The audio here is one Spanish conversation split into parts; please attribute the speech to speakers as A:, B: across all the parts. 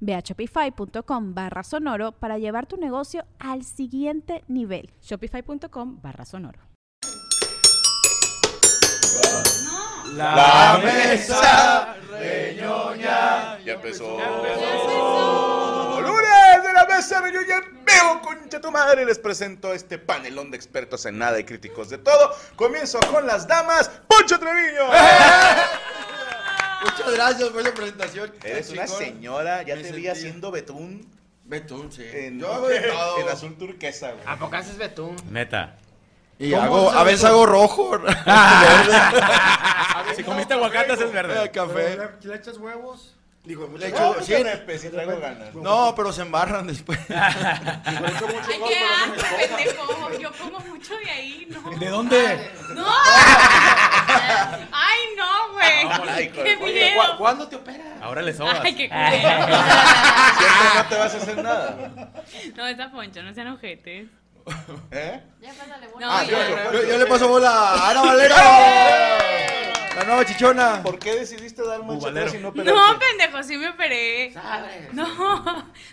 A: Ve a shopify.com barra sonoro para llevar tu negocio al siguiente nivel.
B: Shopify.com barra sonoro.
C: La Ah, mesa de ñoña.
D: Ya empezó.
C: Lunes de la mesa de ñoña en vivo, concha tu madre. Les presento este panelón de expertos en nada y críticos de todo. Comienzo con las damas. Poncho Treviño.
D: Eh, Muchas gracias por esa presentación.
C: Eres una
D: Chicos,
C: señora, ya
D: me
C: te vi
D: sentí-
C: haciendo betún
D: Betún, sí.
C: en,
D: Yo hago de todo. Ah,
C: en azul turquesa, güey.
E: ¿A poco haces betún?
F: Neta.
D: Y
E: ¿Cómo
D: hago,
E: haces
D: a veces
E: betún?
D: hago rojo.
F: Si comiste aguacates es
D: Eh,
F: verde.
D: café.
G: ¿Le echas huevos?
D: Digo, le
C: No,
D: echo-
C: pues,
D: sí,
C: repe, sí traigo ganas.
D: no, pero se embarran después.
H: Ay, qué asco, pendejo. Yo como mucho de ahí, ¿no?
G: ¿De dónde?
H: ¡No! ¡Ay, no, güey! ¡Qué
C: Oye,
D: ¿Cu-
H: miedo!
D: ¿Cuándo te operas?
F: Ahora le sobas.
H: ¡Ay, qué culero!
D: Ah,
C: Siempre no te vas a hacer nada.
H: No, esa poncho, no sean ojetes.
C: ¿Eh?
H: No,
D: Ah, yo,
H: ya.
D: yo- yo le paso bola a Ana Valera. La nueva chichona.
C: ¿Por qué decidiste dar mancha
F: Bubalero.
C: atrás y no operarte?
H: No, pendejo, sí me operé. No,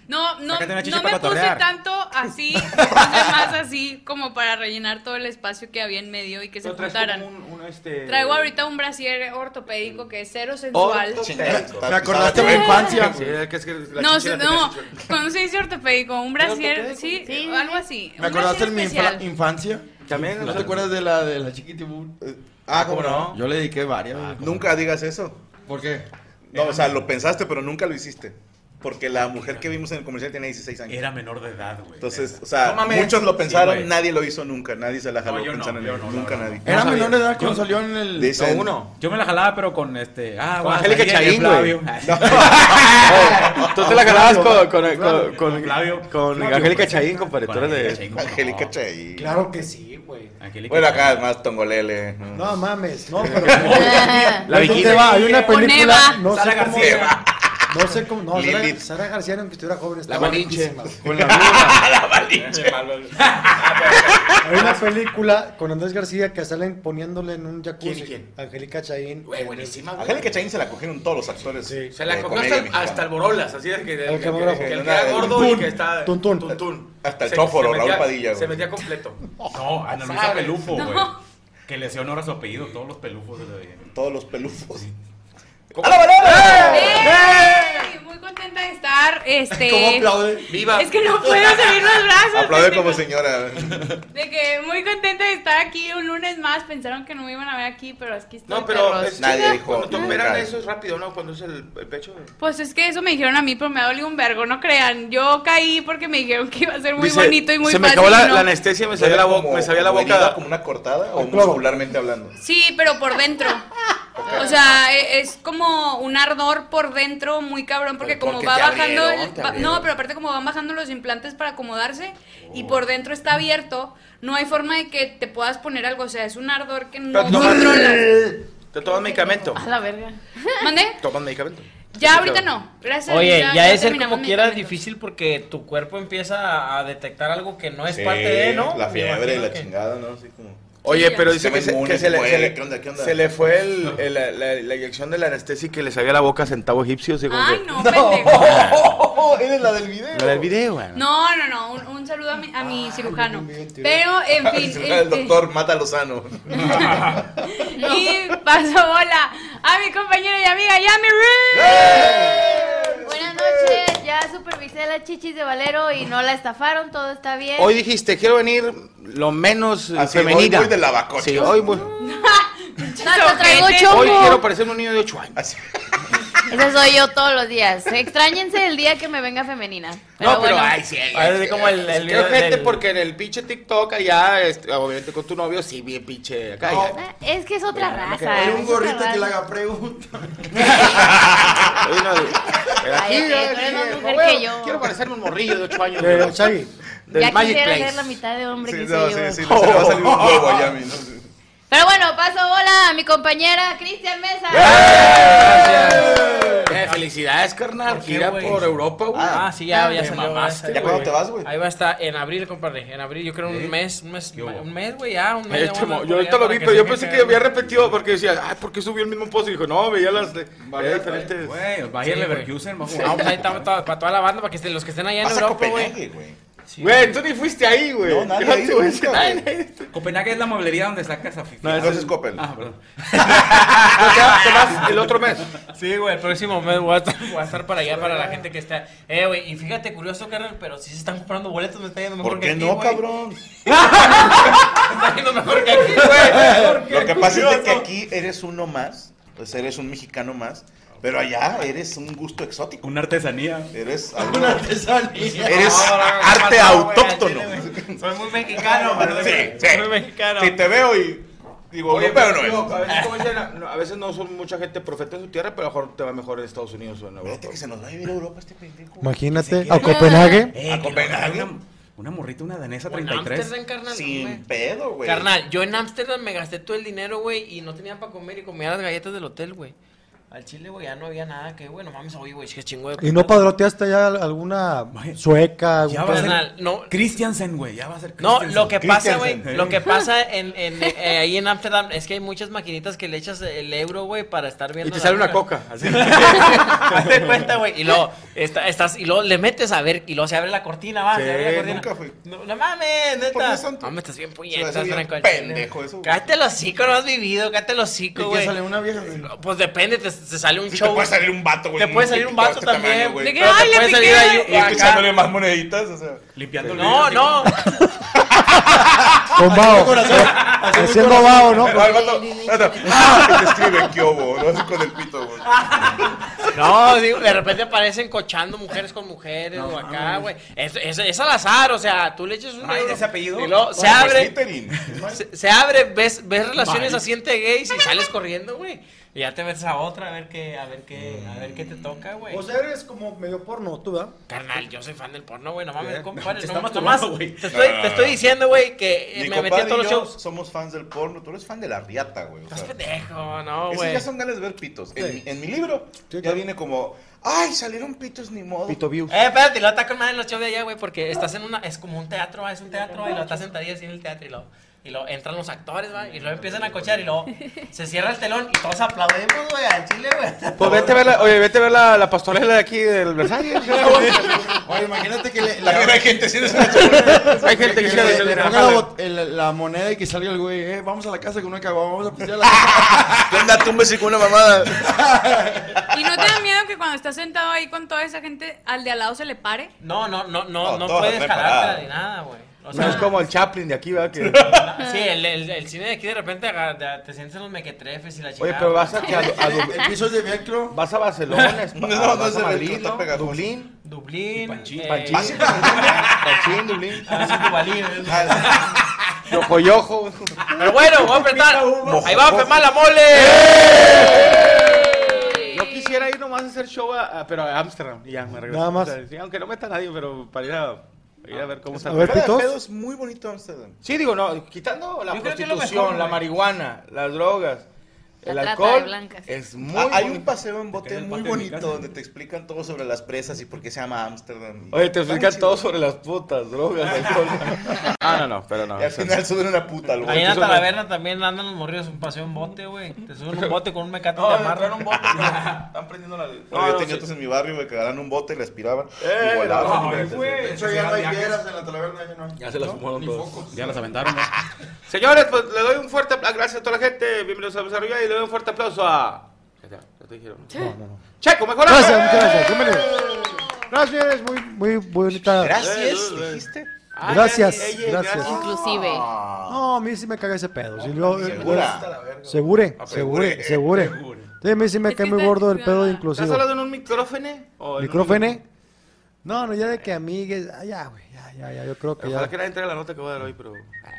H: no, no,
F: Sácate una chicha
H: no me
F: para
H: puse
F: cotorrear.
H: tanto así, me puse más así como para rellenar todo el espacio que había en medio y que se
G: Lo traes
H: juntaran.
G: como un, un, este...
H: Traigo ahorita un brasier ortopédico que es cero sensual.
D: Me acordaste de mi infancia.
G: Sí, es que es que la
H: No,
G: chichera
H: sí,
G: tenía
H: no,
G: su-
H: cuando se dice ortopédico, un brasier,
G: ortopédico?
H: sí, algo así.
D: Me
H: un
D: acordaste de
H: brasier
D: mi infra-
H: especial.
D: infancia.
G: También, o
D: ¿No te
G: sea,
D: acuerdas de la de la chiquitibú?
C: Ah, ¿cómo no? Ah.
D: Yo le dediqué varias.
C: Nunca digas eso.
D: ¿Por qué?
C: No, o sea, lo pensaste, pero nunca lo hiciste. Porque la mujer que vimos en el comercial tenía 16 años.
F: Era menor de edad, güey.
C: Entonces,
F: Neta.
C: o sea,
G: No mames.
C: muchos lo pensaron,
F: güey.
C: nadie lo hizo nunca, nadie se la jaló
F: No, yo no,
C: pensando en
F: yo
C: ello,
F: no, la
C: nunca
F: verdad.
C: nadie.
D: Era
F: No
D: menor de
F: sabía.
D: edad cuando
F: Yo-
D: salió en el.
C: Dicen-
D: la uno.
F: Yo me la jalaba, pero con este. Ah,
G: Con
F: guau,
G: Angélica
F: salía
G: Chaín,
F: Flavio. Ah,
I: Tú te la jalabas con, con, con, con,
F: Flavio.
I: con
F: Flavio,
I: Angélica
F: pues.
I: Chaín, compadre. Tú
F: Con
I: eres
F: Angélica
I: de.
F: Chaín, ¿cómo no?
C: Angélica Chay.
G: Claro que sí, güey.
F: Angélica
C: Bueno,
F: Chaín.
C: acá además Tongolele.
G: No mames, no, pero...
I: La
G: ¿Dónde
I: viquina.
G: va? Hay una
H: Con
G: película...
H: Eva.
G: No sé
F: Sara
G: cómo...
F: García.
G: No sé cómo... No, Sara,
C: Lilith.
G: Sara García, aunque estuviera joven,
D: La
G: estaba
D: Malinche.
G: guapísima, güey.
D: Con la bruja.
G: Hay una película con Andrés García que salen poniéndole en un jacuzzi.
E: ¿Quién, quién?
G: Angélica Chaín.
E: Güey, buenísima, güey.
C: Angélica Chain se la cogieron todos los actores.
G: Sí.
E: Se la
C: de
E: comió
C: comedia
E: hasta, hasta
C: mexicana.
E: el Borolas, así de que, que, que,
G: camarógrafo.
E: que el que era
C: Nada,
E: gordo
G: tuntún,
E: y que está...
G: tuntún.
C: Hasta el chóforo, Raúl Padilla,
E: Se
C: güey.
E: metía completo.
F: No, Ana Luisa
E: ¿Sabes?
F: Pelufo, güey. Que le hacía honor a su apellido, todos los pelufos de la vida.
C: Todos los pelufos.
E: ¿Cómo?
C: ¡A la
J: ¡Eh!
C: ¡Eh! balada!
H: ¡Ey! ¡Eh! Muy contenta de estar, este...
D: ¿Cómo aplaude?
E: Viva.
H: Es que no puedo subir los
J: ¡Eh!
H: brazos.
C: Aplaude
H: pendejo.
C: como señora.
H: De que muy contenta de estar aquí un lunes más. Pensaron que no me iban a ver aquí, pero aquí estoy.
E: No, pero
H: perros.
E: es
C: Nadie
E: chida.
C: dijo,
E: Cuando te
C: nunca.
E: operan eso es rápido, ¿no? Cuando es el, el pecho. güey.
H: Pues es que eso me dijeron a mí, pero me ha dolido un vergo, no crean. Yo caí porque me dijeron que iba a ser muy
I: Dice,
H: bonito y muy
I: Se me
H: fácil.
I: acabó la,
H: ¿no?
I: la anestesia, me sabía la, bo- me sabía la
C: como herida,
I: boca.
C: como una cortada o
G: Al clavo.
C: muscularmente hablando.
H: Sí, pero por dentro. O sea, e- es como un ardor por dentro muy cabrón porque
D: Pero
H: como
D: porque
H: va
D: te
H: bajando,
D: abrieron,
H: el-
D: te
H: va-
D: abrieron.
H: no, pero aparte como van bajando los implantes para acomodarse y por dentro está abierto, no hay forma de que te puedas poner algo, o sea, es un ardor que no
D: Pero tomas-
H: controlas.
D: ¿Te tomas medicamento?
H: A la verga. ¿Mande?
D: ¿Tomas medicamento?
H: Ya ahorita no. Gracias. a
J: Oye,
H: Dios,
J: ya, es ser
H: terminamos
J: como
H: mi
J: quiera
H: tratamiento.
J: difícil porque tu cuerpo empieza a detectar algo que no es
C: Sí,
J: parte de, ¿no?
C: La
J: Me
C: fiebre,
J: imagino
C: la
J: que-
C: chingada, ¿no? Así como.
D: Oye, pero dice
C: Sistema
D: que, se,
C: inmune,
D: que se le,
C: güey,
D: se le-
C: ¿qué onda, qué onda?
D: se le fue el- el- la, la- la inyección de la anestesia y que le sabía la boca a centavo egipcio. así como
H: Ay,
D: que-
H: no, pendejo.
C: Eres la del video.
D: La del video, güey.
H: No, no, no, un, un saludo a mi, a mi cirujano.
G: muy bien, tío.
H: Pero, en fin.
C: Ah, El
H: este-
C: doctor mata Lozano.
H: Y paso bola a mi compañera y amiga Yami Ruiz.
C: ¡Eh!
K: Buenas noches,
A: ya supervisé las chichis de Valero y no la estafaron, todo está bien.
E: Hoy dijiste, quiero venir lo menos eh,
C: Así,
E: femenina.
C: hoy voy de lavacocha.
E: Sí, hoy voy-
A: Tanto traigo
E: Hoy quiero
A: chombo.
E: parecerme un niño de 8 años.
A: Ese soy yo todos los días. Extrañense el día que me venga femenina. Pero
E: no, pero
A: bueno.
E: ay, sí. ay,
J: Parece
E: ay,
J: como el-
E: ay,
J: el
E: creo
J: video
E: gente
J: del-
E: porque en el pinche TikTok allá, este, obviamente con tu novio, sí, bien pinche acá. ya.
A: Ah, Es que es otra raza.
E: Hay
A: es
E: un
A: otra
E: gorrito
A: raza.
E: que le
G: haga pregunta.
E: Hay una de-
A: Ay,
E: aquí,
A: ok,
E: aquí,
A: tú eres más mujer
E: bueno,
A: que yo.
E: Quiero parecerme un morrillo de 8 años.
L: Pero, Shaggy,
E: del
A: ya
E: Magic
A: quisiera
E: Place.
A: ser la mitad de hombre
C: Sí,
A: que
C: no,
A: soy
C: sí,
A: yo.
C: sí, le va a salir un huevo allá a mí, ¿no?
A: Pero bueno, paso hola a mi compañera Cristian Mesa.
E: Eh, felicidades, carnal.
J: qué,
E: Gira
J: güey?
E: por Europa, güey.
J: Ah, sí, ya, ya
E: Te
J: salió.
E: mamaste,
J: salió,
C: ¿Ya cuándo
J: güey.
C: te vas, güey?
J: Ahí va a estar en abril, compadre. En abril, yo creo un mes, un mes,
F: ¿Qué hubo?
J: un mes, güey, ya, un mes.
E: Este
J: ya
E: mo-
J: vamos a
E: yo ahorita
J: poner
E: lo
J: para
E: vi, pero yo
J: se
E: pensé
J: deje,
E: que
J: güey.
E: había repetido porque decía, ay, ¿por qué subió el mismo post? Y dijo, no, veía las de,
F: Vale,
E: veía diferentes.
F: Güey,
J: Sí,
F: Bayer
J: güey.
F: Leverkusen, vamos
J: No, pues ahí estamos toda- para toda la banda, para que estén- los que estén allá en
C: Vas a
J: Europa, güey.
C: Copenhague, güey.
J: Sí,
E: Güey, tú ni fuiste ahí, güey.
C: No, nadie
E: Yo
C: ha ido
E: güey,
C: nunca,
E: nadie,
C: güey.
E: nadie.
F: Copenhague es la mueblería donde sacas a Fifi.
E: No,
C: Entonces, Copen.
F: Ah, perdón.
E: No, te vas- te vas el otro mes.
J: Sí, güey, el próximo mes voy a estar, voy a estar para allá para la gente que está. Eh, güey, y fíjate, curioso, carnal, pero si se están comprando boletos, me está yendo mejor
C: ¿Por
J: que
C: qué
J: a ti,
C: no,
J: güey.
C: cabrón?
J: Me está yendo mejor que aquí, güey.
C: Lo que pasa es de que aquí eres uno más, pues eres un mexicano más, pero allá eres un gusto exótico.
F: Una artesanía. Eh,
C: Eres algo-
G: Una artesanía.
C: Eres
J: No, no, no, ¿qué
C: arte
J: pasó, güey?
C: autóctono.
J: Al chile, güey. Soy muy mexicano, güey.
C: Sí, sí.
J: Soy mexicano.
C: Si te veo y digo,
E: Oye,
C: europeo
E: pero
C: no
E: a veces, como dicen, no, a veces no son mucha gente profeta en su tierra, pero a lo mejor te va mejor en Estados Unidos o en
C: es. Fíjate
E: Europa.
C: que se nos va a vivir a Europa este pendejo.
L: imagínate, a Copenhague.
F: Eh, que
C: Copenhague.
F: Una, una morrita, una danesa
J: O en
F: 33.
J: Ámsterdam, carnal, güey.
C: Sin pedo, güey.
J: Carnal, yo en Ámsterdam me gasté todo el dinero, güey, y no tenía para comer y comía las galletas del hotel, güey. Al chile, güey, ya no había nada que, bueno, mames, hoy, güey, es que chingo de
L: ¿Y no padroteaste ya alguna sueca? algún
F: Ya va a
L: pedo?
F: ser-
J: Carnal, no.
F: Christiansen, güey, ya va a ser
J: No,
F: Christiansen.
J: lo que pasa, güey,
C: Christiansen.
J: lo que pasa en, en, eh, ahí en Ámsterdam es que hay muchas maquinitas que le echas el euro, güey, para estar viendo.
E: Y te
J: la
E: sale una
J: liga.
E: coca. Así.
J: Haz de cuenta, güey. Y luego, está- estás, y luego le metes a ver, y luego se abre la cortina, va. se
E: Sí,
J: abre la cortina.
C: nunca fui.
J: No, no mames,
C: ¿Por qué
J: neta.
C: son tú?
J: No, me estás bien
C: Se me
J: puñetas,
C: hace bien
J: Franco. al
C: pendejo
J: chile.
C: eso, güey.
J: Cállate los hocico, no has vivido, cállate los hocico, güey.
G: una vieja?
J: Pues depende, te, te sale un
C: Sí te
J: show.
C: puede salir un vato, güey.
J: Te puede salir un vato
C: chiquito de este
J: también.
C: tamaño, güey.
J: de que,
H: Pero te
J: ay, le
H: puede
J: piqué.
H: salir ahí
C: Y
J: acá.
C: echándole más moneditas, o sea.
F: Limpiando el
J: No,
F: vidrio,
J: no.
L: Con vaho. Haciendo vaho, ¿no? pues,
C: Al vato, vato, ah, te escribe ¿qué hubo? Lo hace con el pito, güey.
J: Ah, No, digo, de repente aparecen cochando mujeres con mujeres o acá, güey. Es, es, es al azar, o sea, tú le echas un
F: Ay,
J: euro
F: ese apellido.
J: Y luego se
C: Bueno, pues,
J: abre.
C: Littering.
J: Se, se abre, ves, ves relaciones
F: Vale.
J: así entre gays y sales corriendo, güey. Y ya te metes a otra a ver qué, a ver qué, a ver qué te toca, güey.
L: O sea, eres como medio porno, tú, ¿verdad?
J: Carnal, yo soy fan del porno, güey. No mames,
L: ¿Eh?
J: compadre.
F: Te
J: No,
F: está
J: no
F: masturbando,
J: más,
F: güey.
J: Te estoy, te estoy diciendo, güey, que eh,
C: Mi
J: me metí a
C: compadre
J: todos
C: y
J: los
C: yo
J: shows.
C: somos fans del porno, tú eres fan de la riata, güey. o
J: Estás
C: sea.
J: pendejo, no,
C: Esas
J: güey.
C: ya son ganas de ver pitos. En,
L: Sí.
C: en mi libro ya
L: claro.
C: viene como, ay, salieron pitos ni modo.
E: Pito views.
J: Eh, espérate, lo está con madre en los shows de allá, güey, porque estás en una, es como un teatro, va, es un teatro, y lo estás sentadillo así en el teatro, y lo, y lo entran los actores, va, y luego empiezan a cochar, y luego se cierra el telón, y todos aplaudimos, güey, al chile, güey.
E: Pues vete a ver la, oye, vete a ver la, la pastorela de aquí del Versalles.
G: Oye, imagínate que le-
C: También hay gente haciendo eso.
E: Hay gente que
G: Que le-
E: quiere
G: le ponga la, bot- el- la moneda y que salga el güey, eh, vamos a la casa con una caguama, vamos a pistear a la casa.
E: ¿Qué onda tú, Messi, con una mamada?
H: ¿Y no te da miedo que cuando estás sentado ahí con toda esa gente, al de al lado se le pare?
J: No, no, no, no,
C: No,
J: no
C: todos
J: puedes jalártela
C: preparados.
J: ni nada, güey. O
E: No
J: sea,
E: es como el Chaplin de aquí, ¿verdad? Que-
J: sí, el, el, el cine de aquí de repente aga- de- te sientes en los mequetrefes y la chingada.
E: Oye, pero vas a, que a- a
G: El,
E: Du-
G: el piso es de velcro.
E: vas a Barcelona, Espa-
C: No, no
E: Ah, vas
C: es
E: a
C: de
E: Madrid,
C: velcro, está
E: ¿no?
C: pegajoso.
E: Dublín,
J: Dublín,
F: Panchín,
J: eh,
E: Panchín,
J: Panchín,
E: Panchín, Panchín, Dublín,
J: Dubalín, eh.
C: Ah,
E: Yocoyojo.
J: Pero bueno, voy a apretar. Ahí va a firmar la mole.
E: ¡Eh! Yo quisiera ir nomás a hacer show, a, a- pero a Ámsterdam, y ya me regreso.
L: Nada más.
E: O sea, sí, aunque no meta a nadie, pero para ir a, para ir a ver cómo está.
L: A ver,
C: Fuera de
L: pitos.
C: pedo, es muy bonito Amsterdam.
E: Sí, digo, no, quitando la
J: Yo creo que es lo
E: prostitución,
J: mejor,
E: la
J: güey.
E: marihuana, las drogas,
A: La
E: el
A: trata de
E: alcohol,
A: blancas.
E: es muy
C: Ah, hay
E: bonito.
C: un paseo en bote
F: queda el
C: muy
F: patio de mi casa.
C: bonito donde te explican todo sobre las presas y por qué se llama Ámsterdam.
E: Oye,
C: Está
E: te
C: muy
E: explican
C: chido.
E: todo sobre las putas, drogas, alcohol. ah, no, no, pero no.
C: Y al final suben una puta,
J: Ahí
C: güey.
J: en la taberna también andan los morridos un paseo en bote, güey. Te suben un bote con un mecate de amarra.
E: Están prendiendo la luz.
C: Porque yo tenía otros en mi barrio, güey, que agarran un bote y la aspiraban.
E: Eh,
C: y volaban.
E: no,
C: güey.
G: Este, De hecho, ya no hay piedras en la taberna, ya no hay.
E: Ya se las fumaron todos.
F: Ya las aventaron,
E: Señores, pues le doy un fuerte aplauso. Gracias a toda la gente. Bienvenidos a Los Arriba y le doy un fuerte aplauso a. Ya te- ya te dijeron. Checo, ¡Eh! mejor
L: Gracias, muchas gracias. Bienvenido.
G: No, señores, muy, muy bonita.
C: Gracias, dijiste.
G: Ah, Gracias, gracias.
K: Inclusive.
C: Ah,
G: No, a mí sí me caga ese pedo. Si yo-
C: Segura.
G: Segure,
C: Ah,
G: segure,
C: segure.
G: segure. Sí, a mí sí me cae muy gordo el pedo de
E: ¿Estás
G: inclusive.
E: hablando en un micrófono? o en un-
G: ¿Micrófone? No, no, ya de que amigues. ah, ya, güey, ya, ya, ya, yo creo que
E: Ojalá
G: ya.
E: que nadie entregue la nota que voy a dar hoy, pero. ay,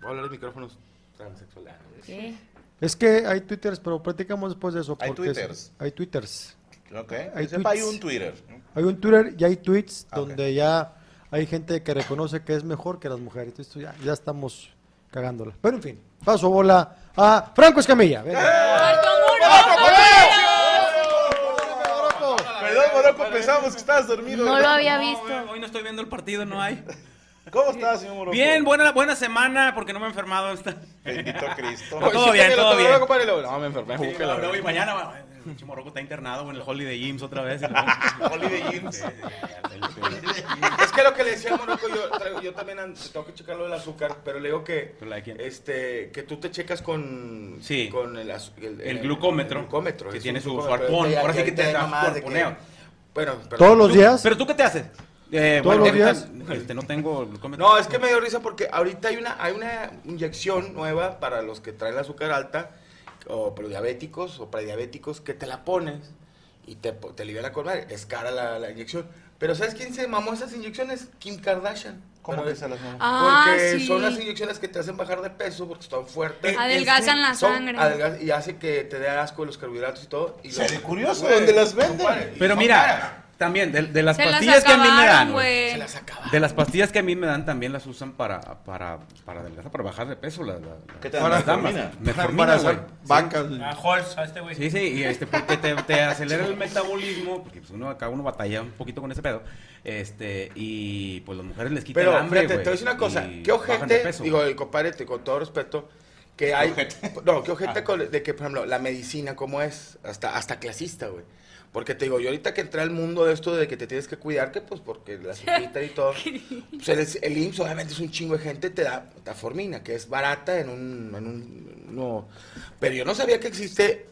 E: Voy a hablar de micrófonos transexuales.
K: ¿Qué?
G: Es que hay twitters, pero platicamos después de eso.
C: Hay
G: porque es-
C: twitters.
G: Hay twitters.
C: Ok.
G: Hay
C: Que sepa, hay
G: tweets.
C: un Twitter. ¿no?
G: Hay un Twitter y hay tweets
C: Ah, ok.
G: donde ya hay gente que reconoce que es mejor que las mujeres. Entonces, ya, ya estamos cagándola. Pero en fin, paso bola a Franco Escamilla. Venga.
C: Perdón, Moroco, pensábamos que estabas dormido.
K: No lo había visto.
F: güey, Hoy no estoy viendo el partido, no hay.
C: ¿Cómo estás, señor Moroco?
F: Bien, buena, buena semana, porque no me he enfermado. Esta...
C: Bendito Cristo.
F: No, todo bien, todo bien.
E: No, me enfermé.
F: Sí,
E: búscala,
F: no, no,
E: güey.
F: y mañana va- el Chimorroco está internado güey, en el Holiday Gyms otra vez.
C: Holiday Gyms.
E: Es que lo que le decía al Moroco, yo, traigo- yo también an- tengo que checar lo del azúcar, pero le digo que
F: ¿Pero la de quién?
E: este que tú te checas con
F: Sí.
E: con el, azu-
F: El glucómetro,
E: el glucómetro,
F: que
E: es
F: tiene
E: un
F: su
E: glucómetro.
F: arpón,
E: Ahorita ya-
F: ahora sí
E: ya-
F: que
E: ya
F: te
E: hay
F: da
E: mamadas de que-
F: arponeo.
E: Bueno, perdón.
G: Todos los
F: ¿Tú-
G: días.
F: ¿Pero tú qué te haces? Eh,
G: ¿Todos los
F: ahorita, Este, no tengo glucómetro.
E: No, es que me dio risa porque ahorita hay una, hay una inyección nueva para los que traen el azúcar alta, o prediabéticos, o prediabéticos, que te la pones y te, po- te libera con madre. Es cara la, la inyección. Pero ¿sabes quién se mamó esas inyecciones? Kim Kardashian.
C: ¿Cómo
E: Pero-
C: que se las mamó?
H: Ah,
E: porque
H: sí.
E: son las inyecciones que te hacen bajar de peso porque están fuertes.
H: Adelgazan la
E: Son
H: sangre.
E: adelgaz- y hace que te dé asco de los carbohidratos y todo. Y
C: Seré
E: los-
C: curioso
E: Güey,
C: dónde las
E: son
C: venden.
E: padres. Y
F: Pero
E: son caras.
F: mira, también de, de las
H: Se las
F: pastillas que a mí me dan.
H: acabaron,
F: güey.
H: güey.
E: Se las acabaron.
F: De las pastillas que a mí me dan también las usan para para para adelgazar, para bajar de peso la, la- la-
C: ¿Qué te dan?
F: las damas.
C: Metformina.
F: Metformina, güey.
D: vacas.
J: A Holz, a este güey.
F: Sí, sí, y este porque te, te acelera el metabolismo, porque pues uno acá uno batalla un poquito con ese pedo. Este, y pues las mujeres les quitan
E: Pero
F: hambre,
E: fíjate,
F: güey,
E: te voy a decir una cosa.
F: y
E: Qué
F: bajan de
E: ojete,
F: peso,
E: digo,
F: güey.
E: el compadre, con todo respeto, que hay...
C: ojete?
E: No, qué ojete con- de que, por ejemplo, la medicina, ¿cómo es? Hasta, hasta clasista, güey. Porque te digo, yo ahorita que entré al mundo de esto de que te tienes que cuidar, que pues porque la suquita y todo, pues el, el IMSS obviamente es un chingo de gente, te da taformina, que es barata en un, en un, no. Pero yo no sabía que existe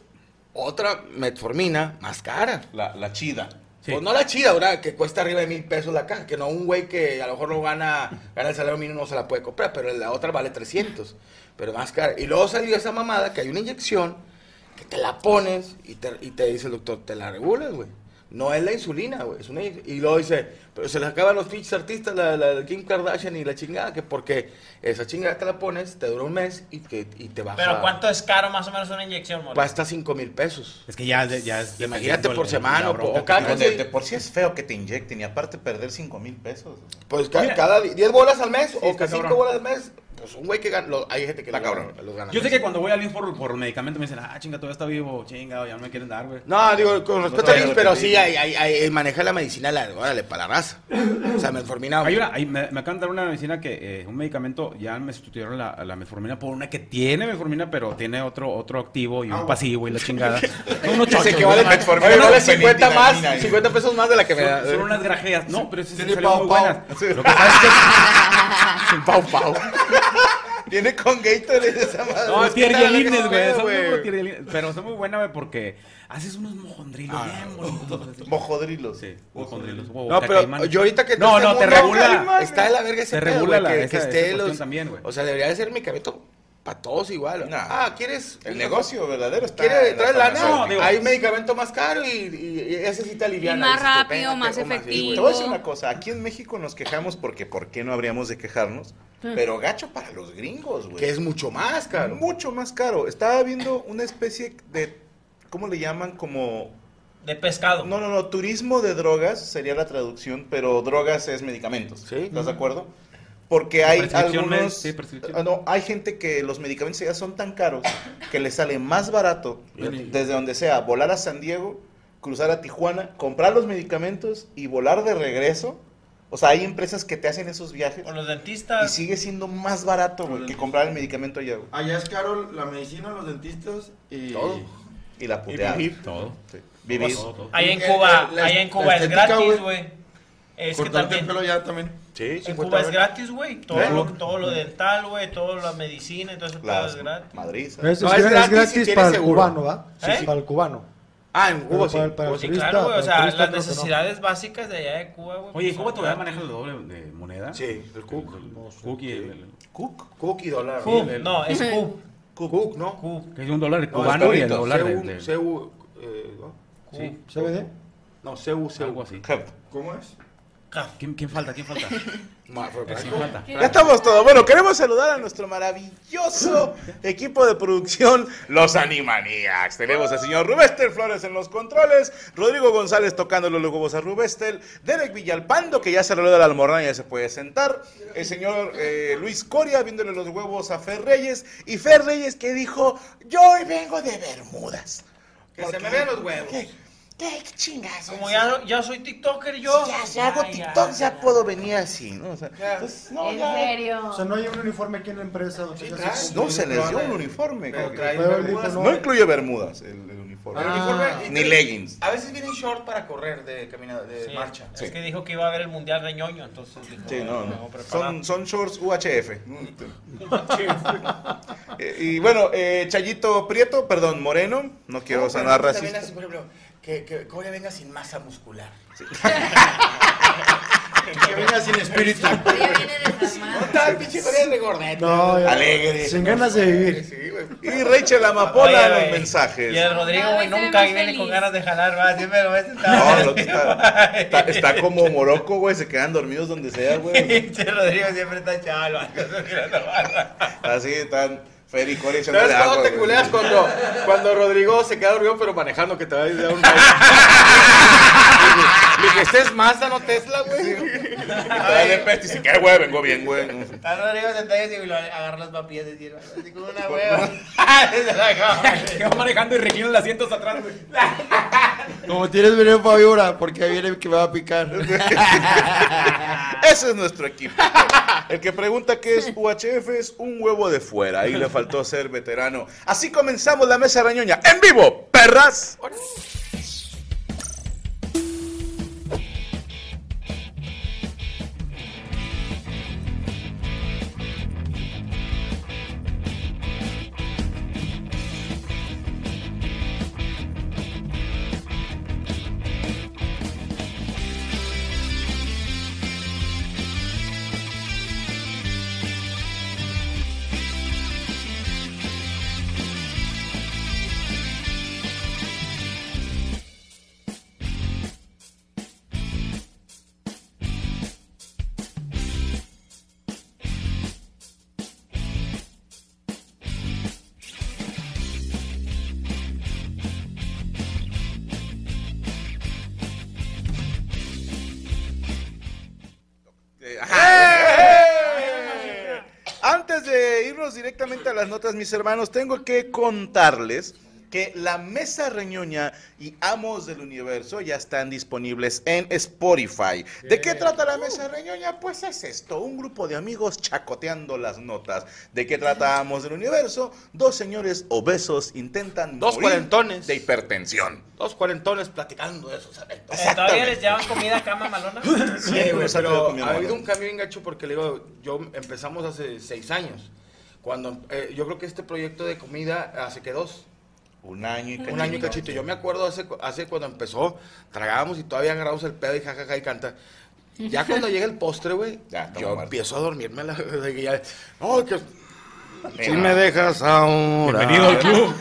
E: otra metformina más cara.
C: La, la chida.
F: Sí.
E: Pues no la chida, ahora que cuesta arriba de mil pesos la caja, que no un güey que a lo mejor no gana, gana el salario mínimo no se la puede comprar, pero la otra vale 300, pero más cara. Y luego salió esa mamada que hay una inyección que te la pones y te, y te dice el doctor, te la regulas, güey. No es la insulina, güey. es una in- y luego dice, pero se les acaban los pinches artistas, la, la de Kim Kardashian y la chingada, que porque esa chingada te la pones, te dura un mes y te, y te baja.
J: Pero ¿cuánto es caro más o menos una inyección, mole?
G: Pues,
E: Cuesta 5 mil pesos.
F: Es que ya ya es
E: Imagínate
F: dependiendo
E: por
F: el-
E: semana,
F: la
E: o
F: bronca
E: por-
F: que
E: cada
F: tiene.
C: Digo,
E: quince
C: de, de por sí es feo que te inyecten y aparte perder 5 mil pesos.
E: Pues ca- cada 10 bolas al mes o
F: está
E: que 5
F: cabrón.
E: bolas al mes, pues un güey que gana, lo- hay gente que
C: Está
E: lo gana-
C: cabrón.
E: los gana.
F: Yo sé que cuando voy al IMSS por, por el medicamento me dicen, ah, chinga, todavía está vivo, chinga, ya no me quieren dar, güey.
E: No, digo, con respeto
C: No,
E: a Liz,
C: no,
E: pero
C: no,
E: sí,
C: no.
E: hay, hay, hay- eh, maneja la medicina, la, órale, para la raza. O sea, metformina.
F: Hay una, hay- me, me acaban de dar una medicina que, eh, un medicamento, ya me sustituyeron la, la metformina por una que tiene metformina, pero tiene otro, otro activo
E: Ah,
F: y un pasivo y la chingada. Son unos
E: Dice
F: chochos,
E: que
F: güey.
E: vale,
C: metformina,
E: oye, vale
C: vale
E: 50
C: penitidamina,
E: más,
C: eh.
E: 50 pesos más de la que me da.
F: son, son unas grajeas. No, pero sí, sí
C: Tiene
F: salieron muy
C: pau,
F: buenas.
C: pau.
F: Lo que pasa es que
E: Pau, pau.
C: Tiene con Gatorade esa madre.
F: No, es
E: que tal, lo
F: tierrielines,
E: que
F: güey.
E: sea,
F: son
E: güey.
F: muy tierrielines, Pero está muy buena, güey, porque haces unos mojondrilos bien bonitos. así.
C: Mojodrilos.
F: Ah. Sí, mojondrilos. huevo,
E: No, pero
F: cacaimán.
E: yo ahorita que...
F: No, no,
E: tengo-
F: te regula.
E: Está de la verga ese
F: Te
E: pedo,
F: regula
E: güey,
F: la-
E: que,
F: esa-
E: que
F: esa
E: esté
F: cuestión
E: los...
F: también, güey.
E: O sea, debería de ser mi cabeto para todos igual.
C: Nah.
E: Ah, ¿quieres...?
C: El negocio verdadero está.
E: ¿Quiere
C: en la
E: traer lana?
C: farmacéutica.
F: No, digo-
E: hay medicamento más caro y, y- y ese sí te aliviana.
H: Y más
E: dices tú, "Espérate,
H: rápido, más
E: o sí, güey".
H: efectivo.
C: Te voy a decir una cosa, aquí en México nos quejamos porque ¿por qué no habríamos de quejarnos? Pero gacho para los gringos, güey.
E: Mm. Que es mucho más caro.
C: mucho más caro. Estaba viendo una especie de ¿cómo le llaman? Como
J: De pescado.
C: no, no, no, turismo de drogas sería la traducción, pero drogas es medicamentos.
E: Sí.
C: ¿Estás de acuerdo? Porque hay
F: Prescripción
C: algunos
F: med- sí, prescripción.
C: ah, no, hay gente que los medicamentos ya son tan caros que les sale más barato desde donde sea volar a San Diego, cruzar a Tijuana, comprar los medicamentos y volar de regreso. O sea, hay empresas que te hacen esos viajes
J: O los
C: y
J: dentistas.
C: sigue siendo más barato, güey, que comprar el medicamento allá, güey.
I: Allá es caro la medicina, los dentistas y...
E: Todo.
C: Y la
I: Y
C: puteada.
I: vivir.
F: Todo.
C: Sí. Vivir.
F: Todo, todo.
J: Ahí en
I: El-
J: Cuba,
I: el- la-
J: ahí en
I: la
J: Cuba es
I: estética,
J: gratis,
I: güey.
J: güey. Es que
I: Cortarte el
J: también.
I: pelo ya también.
E: Sí,
J: En
E: 50
J: Cuba es
E: dólares.
J: gratis, güey. Todo,
C: ¿Eh?
J: lo, todo lo dental, güey. Toda la medicina, entonces todo
C: Las
J: es gratis.
C: Madrid.
G: Es,
E: No,
G: es-
E: es
G: es
E: gratis
G: gratis
E: si tienes
G: para el
E: seguro.
G: cubano, ¿va?
J: Sí, sí.
G: Para el cubano.
E: Ah, en
G: Pero
E: Cuba sí.
G: para el- para el
E: Cuba sí,
G: turista,
J: Pues Claro, güey, o
G: para el
J: sea,
G: turista
J: las
G: creo que no.
J: necesidades básicas de allá de Cuba, güey.
F: Oye,
J: pues,
F: ¿Cuba
J: son-
F: todavía maneja el doble de moneda? Sí, el cook. El cook y el...
E: Cook. Cook y dólar.
F: Cook,
E: Sí, el-
F: no, es cook.
E: Cook, Cook, ¿no?
F: Que es un dólar
E: No, es
F: cubano y el
E: perrito,
F: dólar de...
E: CU,
F: de-
E: CU, eh, ¿no?
F: Sí.
G: ¿CBD?
E: No, CU, CU.
F: Algo así.
E: ¿Cómo es?
F: ¿Quién, quién falta? ¿Quién falta?
E: Ma- fue-
F: ¿Quién
E: Franco.
F: falta?
C: Ya estamos todos. Bueno, queremos saludar a nuestro maravilloso equipo de producción, los Animaniacs. Tenemos al señor Rubestel Flores en los controles, Rodrigo González tocándole los huevos a Rubestel, Derek Villalpando, que ya se lo de la almorrana y ya se puede sentar, el señor eh, Luis Coria viéndole los huevos a Fer Reyes, y Fer Reyes que dijo, yo hoy vengo de Bermudas.
E: Que se me vean los huevos.
C: ¿Qué, qué chingas?
J: Como ya, ya soy TikToker yo.
C: Ya, ya hago TikTok, ya, puedo venir así, ¿no? O sea, entonces, no,
K: ¿En
C: ya-
K: serio?
G: O sea, no hay un uniforme aquí en la empresa. o sea, ya se
C: No
G: cumple.
C: se les dio un uniforme.
E: Pero
C: creo
E: trae
C: que-
G: Pero él
E: bermudas,
G: dijo,
C: No Ah.
G: no,
C: incluye bermudas el, el uniforme.
E: El
H: Ah.
E: uniforme y
C: Ni
E: trae-
C: leggings.
E: A veces vienen short para correr de caminada, de
J: Sí,
E: marcha.
J: Es que dijo que iba a haber el mundial de ñoño, entonces dijo,
C: Sí, no,
J: "Me
C: no.
J: voy a preparar".
C: Son, son shorts UHF. Eh, y bueno, eh, Chayito Prieto, perdón, Moreno, no quiero
E: No, pero
C: sonar
E: también
C: racista.
E: así, por ejemplo, que, que Corea venga sin masa muscular. que venga sin espíritu.
K: Ella viene desarmada.
E: Tal pinche Corea de gordeta.
G: No, ya-
C: Alegre.
G: Sin ganas de vivir.
E: Sí, güey.
C: Y Rachel Amapola
J: Oye,
C: en los
J: güey, Y
C: mensajes.
J: el Rodrigo,
H: Cada
J: güey,
H: vez se ve
J: nunca
H: más
J: viene con
H: feliz.
J: ganas de jalar, va. Siempre lo ves
C: No, el otro
J: sentado.
C: está, está, está como Morocco, güey, se quedan dormidos donde sea, güey.
J: Pinche Rodrigo siempre está chaval, va.
C: Así están Fer y Corea echándole
E: ¿Sabes cómo
C: agua,
E: te
C: güey.
E: culeas cuando, cuando Rodrigo se queda dormido pero manejando que te va a dar un baile? Le dije, este es Mazda, no Tesla, güey.
C: Y te da de peste y dice, ¿qué, güey? Vengo bien, güey.
J: Está Rodrigo sentado y así, lo agarra las papillas y tira. Así como una hueva. Ah, Se la acaba.
F: Que va manejando y reclina el asiento hasta atrás. güey.
I: Como tienes video Fabiola, porque viene que me va a picar.
C: Ese es nuestro equipo. El que pregunta qué es UHF es un huevo de fuera. Ahí le faltó ser veterano. Así comenzamos la mesa rañoña. En vivo, perras.
E: Este,
C: Eh,
E: ¡Eh!
C: ajá. Antes de irnos directamente a las notas, mis hermanos, tengo que contarles que la mesa reñoña y amos del universo ya están disponibles en Spotify. ¿De qué trata
E: Uh.
C: la mesa reñoña? Pues es esto, un grupo de amigos chacoteando las notas. ¿De qué trata amos del universo? Dos señores obesos intentan
E: Dos
C: morir
E: cuarentones.
C: de hipertensión.
E: Dos cuarentones platicando de esos anécdotas.
J: Eh, Todavía les llevan comida acá, mamalona.
E: Sí,
C: Siempre
E: güey,
C: nos ha
E: pero
C: tocado con mi
E: ha
C: abuela.
E: habido un cambio bien gacho porque le digo, yo empezamos hace seis años. Cuando eh, yo creo que este proyecto de comida hace que dos,
C: Un año y
E: un año y cachito. Yo me acuerdo hace, cu- hace cuando empezó, tragábamos y todavía agarramos el pedo y jajaja y canta. Ya cuando llega el postre, güey,
C: Ya, estamos
E: yo
C: muertos.
E: empiezo a dormirme. La, de que ya, no, que
C: Mira,
E: si me dejas ahora.
F: Bienvenido al club.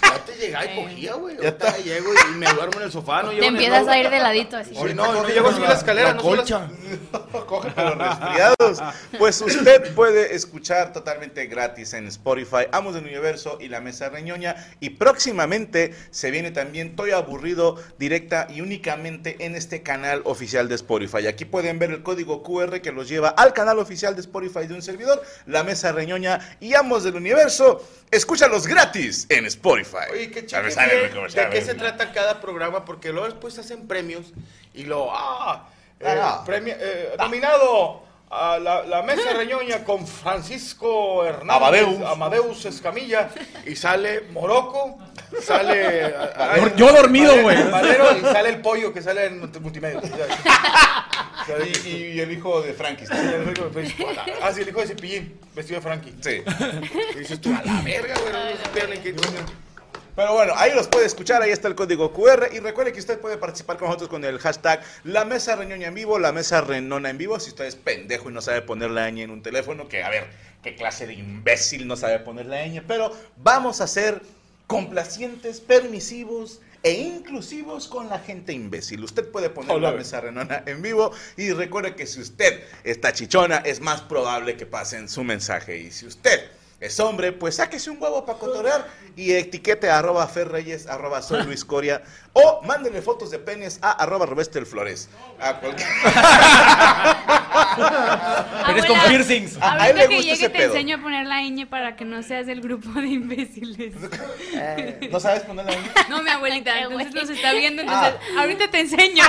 E: Ya te llegaba y cogía, güey. Ya te llego y me duermo en el sofá. No
K: Te empiezas a ir de ladito así.
E: Hoy no, no llego a subir la escalera, no subo las-
C: coge pero resfriados. Pues usted puede escuchar totalmente gratis en Spotify, Amos del Universo y La Mesa Reñoña. Y próximamente se viene también Toy Aburrido directa y únicamente en este canal oficial de Spotify. Aquí pueden ver el código QR que los lleva al canal oficial de Spotify de un servidor, La Mesa Reñoña y Amos del Universo. Escúchalos gratis en Spotify.
E: Oye, qué
C: A
E: chido.
C: ver, sale el
E: ¿De
C: comercial,
E: qué
C: a ver.
E: se trata cada programa? Porque luego después hacen premios y lo. ¡Ah! eh,
C: Ah.
E: premio- eh, nominado a la, la mesa reñoña con Francisco Hernández.
C: Amadeus.
E: Amadeus Escamilla. Y sale Morocco. Sale.
F: Yo- yo dormido,
E: Valero-
F: güey.
E: Valero y sale el pollo que sale en multimedia. O sea, y-
C: Y, y el hijo de Frankenstein.
E: Ah, sí, el hijo de Cepillín, vestido de Frankie.
C: Sí.
E: Y dices tú, a la verga, güey. no se pierden, ¿qué-
C: Pero bueno, ahí los puede escuchar, ahí está el código QR. Y recuerde que usted puede participar con nosotros con el hashtag La Mesa Reñoña en Vivo, La Mesa Renona en Vivo. Si usted es pendejo y no sabe poner la ñ en un teléfono, que a ver, qué clase de imbécil no sabe poner la ñ. Pero vamos a ser complacientes, permisivos e inclusivos con la gente imbécil. Usted puede poner
D: Hola,
C: la
D: güey.
C: mesa renona en vivo y recuerde que si usted está chichona, es más probable que pasen su mensaje. Y si usted es hombre, pues sáquese un huevo para cotorrear y etiquete a arroba ferreyes, arroba soy Luis Coria o mándenle fotos de penes a arroba Roberto el Flores. A cualquier...
H: Pero es con Abuela,
J: piercings.
C: A, a él
H: Ahorita
C: le
H: que
C: gusta
H: llegue
C: ese
H: te
C: pedo.
H: enseño a poner la ñ para que no seas del grupo de imbéciles. Eh.
C: ¿No sabes poner la ñ?
H: No, mi abuelita, entonces nos está viendo, entonces ahorita te enseño.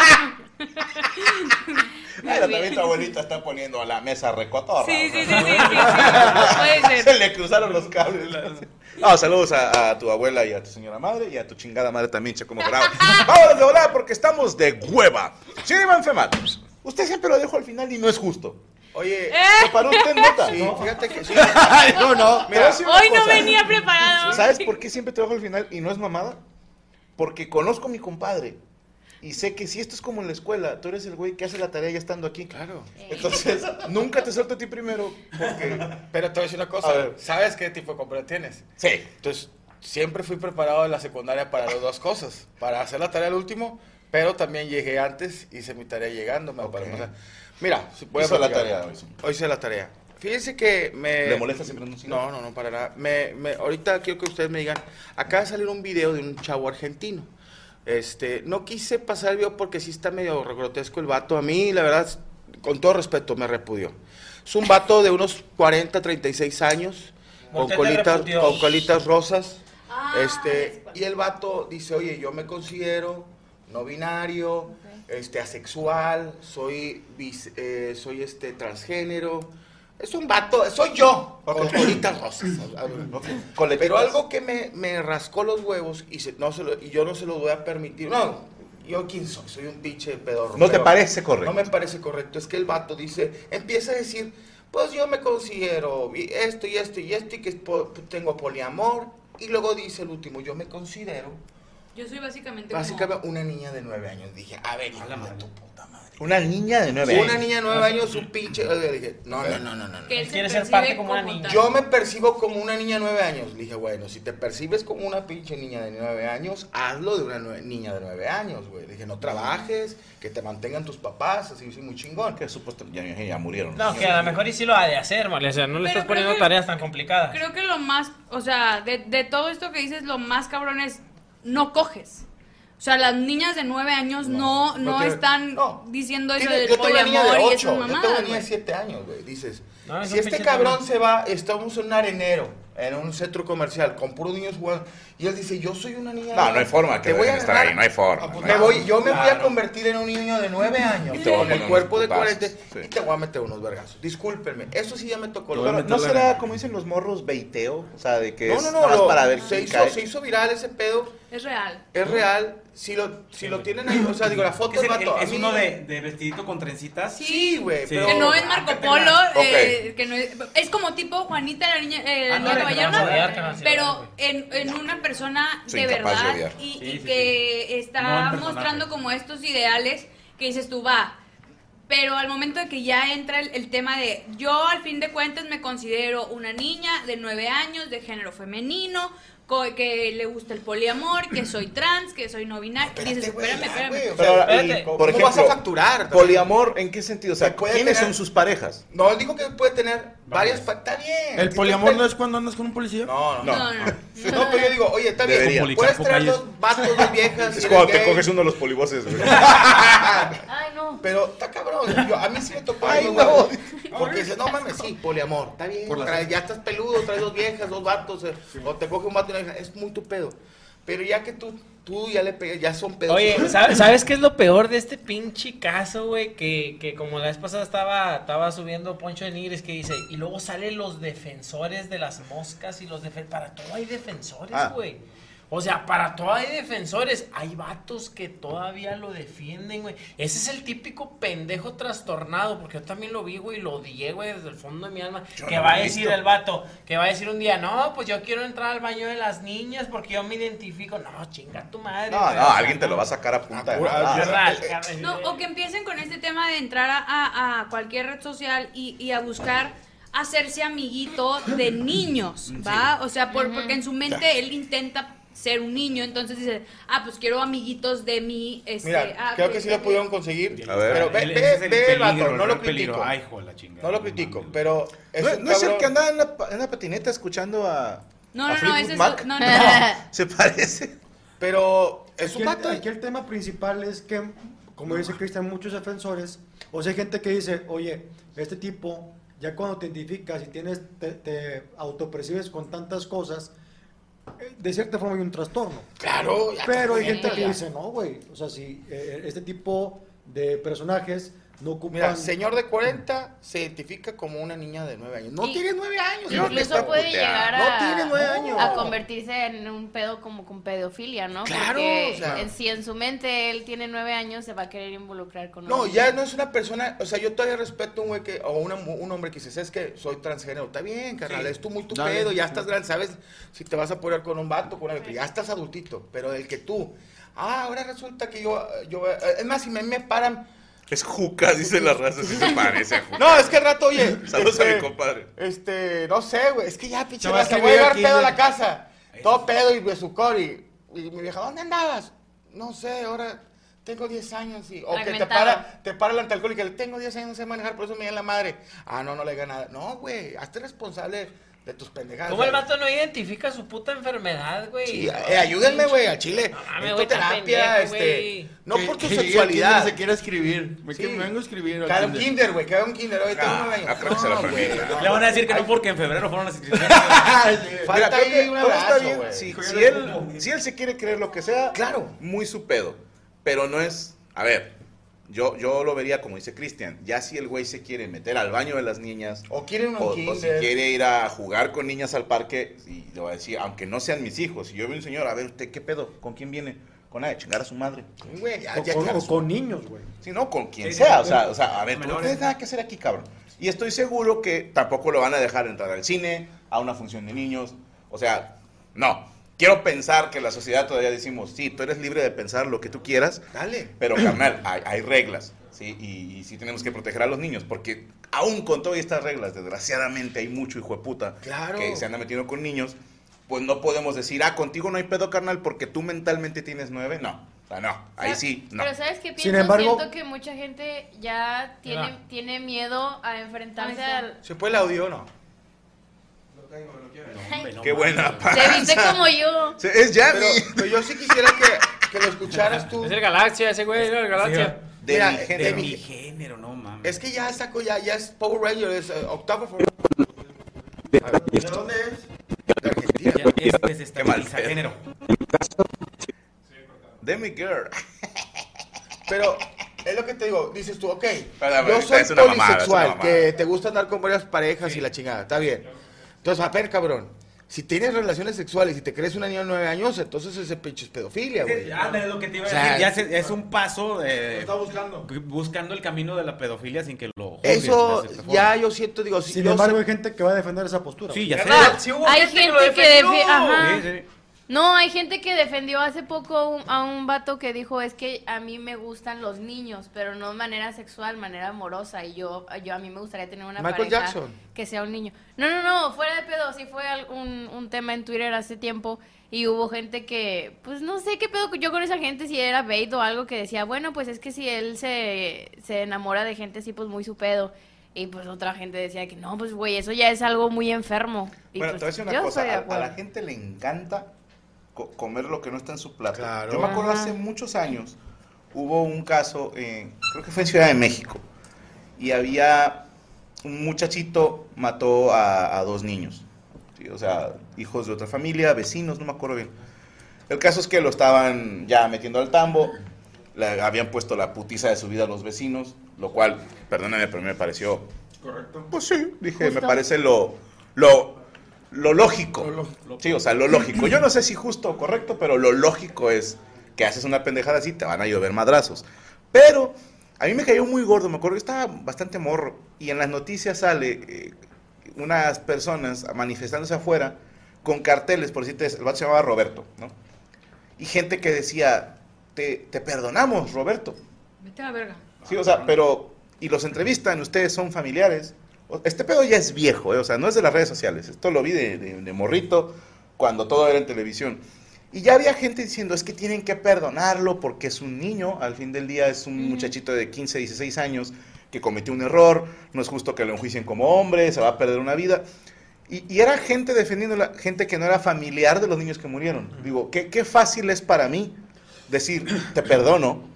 C: Mira, también tu abuelita está poniendo a la mesa recotorra.
H: Sí, sí, sí, sí,
C: sí, Se le cruzaron los cables. No, saludos a, a tu abuela y a tu señora madre y a tu chingada madre también, Checo Mejorado. Vámonos de volar porque estamos de hueva. Señor Iván Fematos, usted siempre lo dejo al final y no es justo.
H: Eh.
E: Oye,
K: Eh.
C: ¿se paró usted en nota?
E: Sí, fíjate que sí.
C: no, no.
E: Mira,
H: Hoy no venía preparado.
C: ¿Sabes por qué siempre te dejo al final y no es mamada? Porque conozco a mi compadre. Y sé que si esto es como en la escuela, tú eres el güey que hace la tarea ya estando aquí. Claro. Entonces, nunca te suelto a ti primero. Porque...
E: Pero te voy a decir una cosa.
C: A ver.
E: ¿Sabes qué tipo de compra tienes?
C: Sí.
E: Entonces, siempre fui preparado en la secundaria para las dos cosas. Para hacer la tarea al último, pero también llegué antes, hice mi tarea llegando. me apareció. O sea, mira, si puedes...
C: Hizo la tarea hoy.
E: Hoy hice la tarea. Fíjense que me...
C: ¿Le molesta siempre anunciar?
E: No, no, no, para nada. Me, me- ahorita quiero que ustedes me digan, acaba de salir un video de un chavo argentino. Este, no quise pasar el video porque sí está medio grotesco el vato. A mí, la verdad, con todo respeto, me repudió. Es un vato de unos 40, 36 años, con
J: Montete
E: colitas,
J: repudió.
E: con colitas rosas. este, y el vato dice, oye, yo me considero no binario, este, asexual, soy, bis- eh, soy este, transgénero. Es un vato, soy yo, con colitas rosas. Pero algo que me, me rascó los huevos y, se- no se lo- y yo no se lo voy a permitir. No, yo quién soy, soy un pinche pedorro.
C: No te
E: Pero
C: parece correcto.
E: No me parece correcto. Es que el vato dice, empieza a decir, pues yo me considero bi- esto y esto y esto y que po- tengo poliamor. Y luego dice el último, yo me considero
H: Yo soy básicamente como-
E: básicamente una niña de nueve años. Dije, a ver, hijo de tu puta madre.
C: Una niña de nueve
E: Una
C: años.
E: niña de nueve años, un pinche. Le dije, no, no, no, no, no. no.
H: que él se percibe como tal.
E: Yo me percibo como una niña de nueve años. Le dije, bueno, si te percibes como una pinche niña de nueve años, hazlo de una nue- niña de nueve años, güey. Le dije, no trabajes, que te mantengan tus papás, así soy muy chingón.
C: Que supuesto, ya, ya murieron.
J: No, que a lo mejor y sí lo ha de hacer, Marley. O sea, no
H: Pero
J: le estás
H: creo
J: poniendo
H: que-
J: tareas tan complicadas.
H: Creo que lo más, o sea, de, de todo esto que dices, lo más cabrón es no coges. O sea, las niñas de nueve años no, no,
E: no tiene-
H: están diciendo eso
E: Tiene-
H: del
E: yo tengo una niña de
H: poliamor
E: ocho,
H: y esas
E: yo tengo una
H: mamadas.
E: niña de
H: güey.
E: siete años, güey. Dices,
F: Ah,
J: No, es
E: si
J: un
E: este
J: pinche
E: cabrón
J: tema.
E: se va, estamos en un arenero, en un centro comercial, con puros niños jugando, y él dice, yo soy una niña de
C: No, no hay forma que
E: te voy a
C: dejen estar
E: agarrar
C: ahí, no hay forma. no hay
E: Me voy, yo me voy a
C: Claro.
E: convertir en un niño de 9 años
C: Y te voy a
E: con el
C: poner
E: cuerpo de
C: unos putazos,
E: 40 y te voy a meter unos vergazos. Discúlpenme, eso sí ya me tocó.
C: Pero,
E: los vergazos.
C: ¿No será como dicen los morros beiteo? O sea, de que
E: No,
C: es
E: no,
C: nada
E: no,
C: más
E: lo-
C: para ver
E: se,
C: quién
E: hizo,
C: cae.
E: se hizo viral ese pedo,
H: Es real.
E: es real. Si lo, si lo tienen ahí, o sea, digo, la foto
F: Es,
E: del
F: el-
E: vato,
F: el-
E: a
F: es
E: mí-
F: uno de, de vestidito con trencitas.
E: Sí, güey.
F: Sí.
H: Que no es Marco Polo,
F: Ok.
H: eh, que no es, es como tipo Juanita la niña eh,
J: Ah, no,
H: la
J: la que
H: Bayona,
J: vamos a odiar, que vamos a
H: pero en, en una persona
C: Sí,
H: de
C: incapaz de
H: verdad
C: odiar.
H: y,
J: Sí,
H: y
J: sí,
H: que
J: No en
H: está
J: personaje.
H: mostrando como estos ideales que dices tú, va. Pero al momento de que ya entra el, el tema de yo al fin de cuentas me considero una niña de nueve años, de género femenino, co- que le gusta el poliamor, que soy trans, que soy no binario, dices, espérame, espérame.
C: Pero, ahora,
E: Espérate,
C: el-
E: ¿cómo-
C: por
E: cómo vas a
C: ejemplo,
E: facturar?
C: Poliamor, ¿en qué sentido? O sea,
E: Se puede
C: ¿quiénes
E: tener-
C: son sus parejas?
E: No, digo que puede tener varias. pa- Está bien.
I: ¿El poliamor no es cuando andas con un policía?
E: No, no,
C: No,
E: no. No, pero yo digo, oye, está bien.
C: Debería.
E: Puedes
I: Policarpo
E: traer
I: Calles.
E: dos vatos, dos viejas.
C: Es
E: y
C: cuando
E: eres
C: te
E: gay,
C: coges uno de los polivoces, güey.
K: Ay, no.
E: Pero está cabrón. Yo, a mí sí me tocó.
C: Ay,
E: algo,
C: no.
E: güey. Porque dice, no mames, sí, poliamor. Está bien.
I: Por la-
E: traes- ya estás peludo, traes dos viejas, dos vatos. eh, O te coge un vato y una vieja. Es muy tu pedo. Pero ya que tú, tú ya le pegas, ya son pedos.
J: Oye, ¿sabes, sabes qué es lo peor de este pinche caso, güey? Que, que como la vez pasada estaba, estaba subiendo Poncho de Nigres que dice, y luego salen los defensores de las moscas y los defensores. Para todo hay defensores,
C: Ah.
J: güey. O sea, para todo hay defensores. Hay vatos que todavía lo defienden, güey. Ese es el típico pendejo trastornado, porque yo también lo vi, güey, y lo odié, güey, desde el fondo de mi alma.
E: Yo
J: que
E: no
J: va a
E: lo he
J: decir
E: visto.
J: el vato, que va a decir un día, no, pues yo quiero entrar al baño de las niñas porque yo me identifico. No, chinga tu madre.
M: No,
J: güey,
M: no,
J: o sea,
M: alguien te lo va a sacar a punta de
J: pura-
M: nada.
J: ¿verdad?
A: No, o que empiecen con este tema de entrar a, a- a cualquier red social y, y a buscar hacerse amiguito de niños,
E: Mm,
A: ¿va? O sea, por- porque en su mente él intenta ser un niño, entonces dice, ah, pues quiero amiguitos de mí. Este,
E: Mira,
A: ah,
E: creo
A: de-
E: que sí
A: de
E: lo
A: mí".
E: pudieron conseguir.
F: A ver.
E: Pero ve,
F: El-
E: ve,
F: ese es el
E: ve el vato,
F: peligro,
E: no
F: el
E: lo
F: peligro.
E: critico.
F: Ay, hijo de la chingada,
E: No lo
F: no
E: critico, pero.
M: No,
E: un
M: no es el
E: cabrón-
M: que andaba en la, pa- en la patineta escuchando a. a
A: No, no, no,
M: Fleetwood
A: ese es-
M: Mac?
A: no, no, no.
M: Se parece.
E: Pero es
G: Aquí el, aquí el tema principal es que, como dice Cristian, muchos defensores, o sea, hay gente que dice, oye, este tipo, ya cuando te identificas y tienes, te, te autopercibes con tantas cosas, eh, de cierta forma hay un trastorno.
E: Claro, ya
G: Pero hay
E: está
G: gente que
E: bien, ya.
G: dice, no, güey, o sea, si eh, este tipo de personajes no ocupan...
E: Mira, señor de 40 se identifica como una niña de 9 años. No
H: Y-
E: tiene 9 años. señor, le
H: Incluso
E: está
H: puede
E: puteando.
H: llegar
E: No
H: a,
E: tiene 9 años.
H: a convertirse en un pedo como con pedofilia, ¿no?
E: Claro,
H: Porque
E: o sea.
H: en- si en su mente él tiene nueve años, se va a querer involucrar con
E: No,
H: un-
E: ya no es una persona, o sea, yo todavía respeto a un güey que, o una mu- un hombre que dice, es que soy transgénero, está bien, carnal, es tú muy tu
N: Dale.
E: pedo, ya estás grande, sabes si te vas a poner con un vato, con una vieja, ya estás adultito, pero el que tú, ah, ahora resulta que yo, yo, eh, es más, si me, me paran,
C: Es Juca, dice la raza, sí se parece a Juca.
E: no, es que al rato, oye,
C: Saludos a mi
E: este,
C: compadre.
E: Este, no sé, güey, es que ya, pinche,
F: Te va a
E: raza, voy a
F: escribir
E: llegar
F: aquí,
E: pedo a
F: güey.
E: la casa. Todo pedo y besucor y, y mi vieja, ¿dónde andabas? No sé, ahora tengo 10 años y... O que te
H: Fragmentado.
E: para, te para el antialcohólico y le tengo 10 años, no sé manejar, por eso me dio en la madre. Ah, no, no le diga nada. No, güey, hazte responsable de tus pendejadas.
J: ¿Cómo el
E: güey.
J: vato no identifica su puta enfermedad, güey?
E: Sí, eh, ayúdenme, güey, a Chile.
J: mames,
E: Necesito
J: güey, está
E: terapia,
J: pendejo,
E: este...
J: güey.
E: No por tu
N: Que- que
E: sexualidad.
N: Se quiere escribir. Me,
E: Sí.
N: que- me vengo a escribir. al
E: Cada un
N: kinder.
E: kinder, güey, cada un kinder. Hoy tengo
C: Ah,
E: nueve años.
C: ah, pero que se la
E: güey,
C: permita.
E: no.
F: Le van a decir que no porque en febrero fueron las inscripciones.
E: Falta
M: creo
E: ahí
M: que
E: un
M: todo está
E: abrazo,
M: bien.
E: güey.
M: Si, si él, si él se quiere creer lo que sea,
E: Claro.
C: muy su pedo. Pero no es. A ver, yo, yo lo vería como dice Cristian. Ya si el güey se quiere meter al baño de las niñas.
E: O quieren un
C: O, o si
E: kinder.
C: quiere ir a jugar con niñas al parque, y le voy a decir, aunque no sean mis hijos, si yo veo un señor, a ver, ¿usted qué pedo? ¿Con quién viene? Con la de chingar a su madre.
E: Sí, güey, ya-
G: O
E: ya
G: con,
E: claro.
G: o con niños, güey.
C: Sí, no, con quien
F: Sí, sí,
C: sea.
F: sí.
C: O sea, o sea, a ver, tú no
F: Menores.
C: tienes nada que hacer aquí, cabrón. Y estoy seguro que tampoco lo van a dejar entrar al cine, a una función de niños. O sea, no. Quiero pensar que la sociedad todavía decimos, sí, tú eres libre de pensar lo que tú quieras,
E: Dale.
C: pero carnal, hay, hay reglas, ¿sí? Y, y sí tenemos que proteger a los niños, porque aún con todas estas reglas, desgraciadamente hay mucho hijo de puta
E: Claro.
C: que se anda metiendo con niños, pues no podemos decir, ah, contigo no hay pedo, carnal, porque tú mentalmente tienes nueve. No, o sea, no, ahí sí, no.
H: Ah, Pero ¿sabes qué pienso?
G: embargo-
H: Siento que mucha gente ya tiene,
J: Mira.
H: tiene miedo a enfrentarse
A: Ay, sí.
H: al...
E: ¿Se puede el audio o no?
C: Qué buena
H: Se viste como yo.
C: Sí, Es
E: Pero,
C: Yami.
E: pero yo sí quisiera que, que lo escucharas tú.
J: Es el Galaxia, ese güey, ¿no? El Galaxia.
C: De
E: Mira,
C: mi
E: de
C: género.
F: De
E: mi-
F: mi género, no mames.
E: Es que ya sacó, ya, ya es Power Ranger, es eh, octavo for- A ver, ¿De dónde es? De Argentina.
F: Ya este es desestabiliza
C: Qué mal
F: género.
C: De mi girl.
E: Pero es lo que te digo, dices tú, ok,
C: Pero,
E: yo
C: es una
E: soy
C: mamada, es una
E: polisexual,
C: mamada.
E: que te gusta andar con varias parejas y la chingada, está bien. Entonces, a ver, cabrón, si tienes relaciones sexuales y te crees una niña de nueve años, entonces ese pinche es pedofilia, güey.
F: Eh, Ándale, lo que te iba a
E: O sea,
F: decir. Ya se- es un paso de.
N: Está buscando.
F: Buscando el camino de la pedofilia sin que lo. juzguen,
E: Eso
F: de cierta forma.
E: ya yo siento, digo, si
G: Sin
E: yo
G: embargo,
E: sé-
G: hay gente que va a defender esa postura.
F: Sí,
G: güey.
F: ya sé.
J: Carnal, sí hubo
H: Hay
J: que lo
H: gente que
J: defendió.
H: defi- ajá.
F: Sí, sí.
H: No, hay gente que defendió hace poco un- a un vato que dijo, es que a mí me gustan los niños, pero no de manera sexual, manera amorosa. Y yo, yo a mí me gustaría tener una
E: Michael
H: pareja
E: Jackson.
H: que sea un niño. No, no, no, fuera de pedo, sí fue al- un, un tema en Twitter hace tiempo y hubo gente que, pues no sé qué pedo yo con esa gente, si era bait o algo que decía, bueno, pues es que si él se, se enamora de gente así, pues muy su pedo. Y pues otra gente decía que no, pues güey, eso ya es algo muy enfermo. Y,
C: Bueno,
H: pues,
C: te voy a decir una
H: yo
C: cosa.
H: estoy de
C: A, a
H: acuerdo.
C: la gente le encanta co- comer lo que no está en su plato.
E: Claro.
C: Yo me acuerdo
H: Ajá.
C: hace muchos años, hubo un caso, en- creo que fue en Ciudad de México, y había un muchachito mató a, a dos niños. ¿sí? O sea, hijos de otra familia, vecinos, no me acuerdo bien. El caso es que lo estaban ya metiendo al tambo, le habían puesto la putiza de su vida a los vecinos, lo cual, perdóname, pero me pareció... Correcto. Pues sí, dije, me
H: Justo.
C: parece lo, lo, lo lógico. Sí, o sea, lo lógico. Yo no sé si justo o correcto, pero lo lógico es que haces una pendejada así, te van a llover madrazos. Pero a mí me cayó muy gordo, me acuerdo que estaba bastante morro. Y en las noticias sale eh, unas personas manifestándose afuera con carteles, por decirte, el vato se llamaba Roberto, ¿no? Y gente que decía, te, te perdonamos, Roberto.
H: Vete a la verga.
C: Sí, o sea, pero. Y los entrevistan, ustedes son familiares. O- Este pedo ya es viejo, ¿eh? o sea, no es de las redes sociales. Esto lo vi de, de- de morrito cuando todo era en televisión. Y ya había gente diciendo, es que tienen que perdonarlo porque es un niño, al fin del día es un muchachito de 15, 16 años que cometió un error, no es justo que lo enjuicien como hombre, se va a perder una vida. Y, y era gente defendiendo, la, gente que no era familiar de los niños que murieron. Digo, ¿qué, qué fácil es para mí decir, te perdono,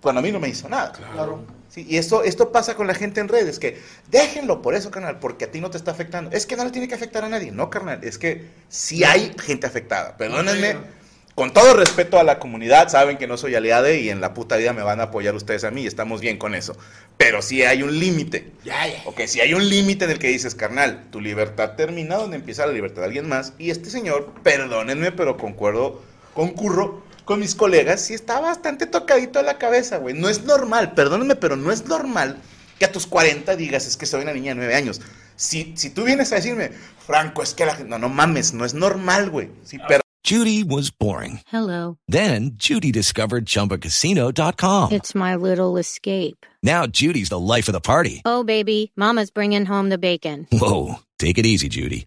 C: cuando a mí no me hizo nada.
O: Claro.
C: Sí, y esto, esto pasa con la gente en redes, que déjenlo por eso, carnal, porque a ti no te está afectando. Es que no le tiene que afectar a nadie, no, carnal. Es que sí hay gente afectada. Perdónenme, con todo respeto a la comunidad, saben que no soy aliade y en la puta vida me van a apoyar ustedes a mí y estamos bien con eso. Pero sí hay un límite.
P: Ya, ya.
C: Ok, si hay un límite en el que dices, carnal, tu libertad termina donde empieza la libertad de alguien más. Y este señor, perdónenme, pero concuerdo, concurro con mis colegas, si está bastante tocadito a la cabeza, güey. No es normal, perdónenme, pero no es normal que a tus 40 digas, es que soy una niña de 9 años. Si, si tú vienes a decirme, Franco, es que la gente. No, no mames, no es normal, güey. Si
E: Judy was boring.
Q: Hello.
E: Then Judy discovered ChumbaCasino.com.
Q: It's my little escape.
E: Now Judy's the life of the party.
Q: Oh, baby, Mama's bringing home the bacon.
E: Whoa, take it easy, Judy.